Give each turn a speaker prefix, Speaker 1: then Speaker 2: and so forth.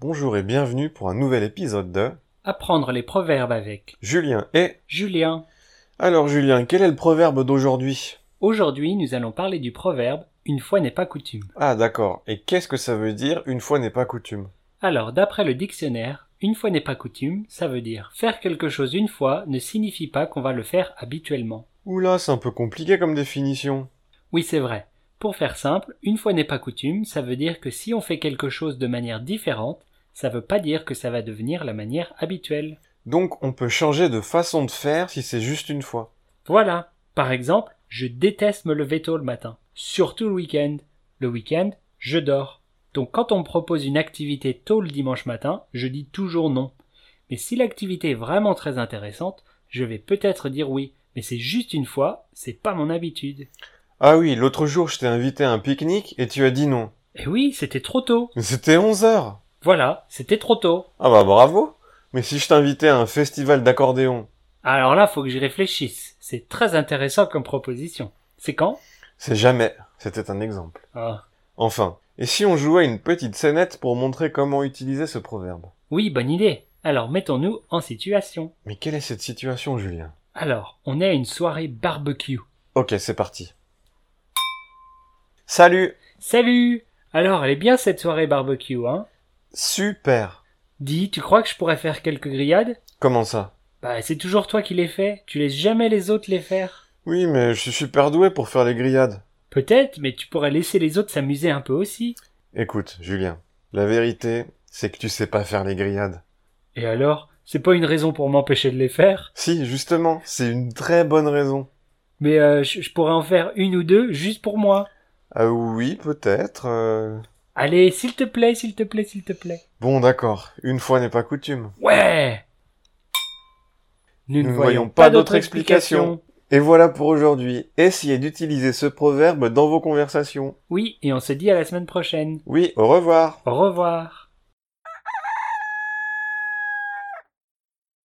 Speaker 1: Bonjour et bienvenue pour un nouvel épisode de
Speaker 2: Apprendre les proverbes avec
Speaker 1: Julien et...
Speaker 2: Julien.
Speaker 1: Alors Julien, quel est le proverbe d'aujourd'hui
Speaker 2: Aujourd'hui, nous allons parler du proverbe Une fois n'est pas coutume.
Speaker 1: Ah d'accord, et qu'est-ce que ça veut dire une fois n'est pas coutume
Speaker 2: Alors, d'après le dictionnaire, une fois n'est pas coutume, ça veut dire faire quelque chose une fois ne signifie pas qu'on va le faire habituellement.
Speaker 1: Oula, c'est un peu compliqué comme définition.
Speaker 2: Oui, c'est vrai. Pour faire simple, une fois n'est pas coutume, ça veut dire que si on fait quelque chose de manière différente, ça veut pas dire que ça va devenir la manière habituelle.
Speaker 1: Donc on peut changer de façon de faire si c'est juste une fois.
Speaker 2: Voilà. Par exemple, je déteste me lever tôt le matin, surtout le week-end. Le week-end, je dors. Donc quand on me propose une activité tôt le dimanche matin, je dis toujours non. Mais si l'activité est vraiment très intéressante, je vais peut-être dire oui, mais c'est juste une fois, c'est pas mon habitude.
Speaker 1: Ah oui, l'autre jour je t'ai invité à un pique-nique et tu as dit non.
Speaker 2: Eh oui, c'était trop tôt.
Speaker 1: Mais c'était 11 heures
Speaker 2: Voilà, c'était trop tôt.
Speaker 1: Ah bah bravo Mais si je t'invitais à un festival d'accordéon,
Speaker 2: Alors là, faut que j'y réfléchisse. C'est très intéressant comme proposition. C'est quand
Speaker 1: c'est jamais. C'était un exemple.
Speaker 2: Ah.
Speaker 1: Enfin, et si on jouait une petite scénette pour montrer comment utiliser ce proverbe
Speaker 2: Oui, bonne idée. Alors mettons-nous en situation.
Speaker 1: Mais quelle est cette situation, Julien
Speaker 2: Alors, on est à une soirée barbecue.
Speaker 1: Ok, c'est parti. Salut
Speaker 2: Salut Alors, elle est bien cette soirée barbecue, hein
Speaker 1: Super
Speaker 2: Dis, tu crois que je pourrais faire quelques grillades
Speaker 1: Comment ça
Speaker 2: Bah, c'est toujours toi qui les fais. Tu laisses jamais les autres les faire.
Speaker 1: Oui, mais je suis super doué pour faire les grillades.
Speaker 2: Peut-être, mais tu pourrais laisser les autres s'amuser un peu aussi.
Speaker 1: Écoute, Julien, la vérité, c'est que tu sais pas faire les grillades.
Speaker 2: Et alors, c'est pas une raison pour m'empêcher de les faire,
Speaker 1: Si, justement, c'est une très bonne raison.
Speaker 2: mais euh, je je pourrais en faire une ou deux juste pour moi.
Speaker 1: Ah oui, peut-être. euh.
Speaker 2: Allez, s'il te plaît, s'il te plaît, s'il te plaît.
Speaker 1: Bon, d'accord, une fois n'est pas coutume.
Speaker 2: Ouais Nous
Speaker 1: ne voyons pas d'autre explication. Et voilà pour aujourd'hui. Essayez d'utiliser ce proverbe dans vos conversations.
Speaker 2: Oui, et on se dit à la semaine prochaine.
Speaker 1: Oui, au revoir.
Speaker 2: Au revoir.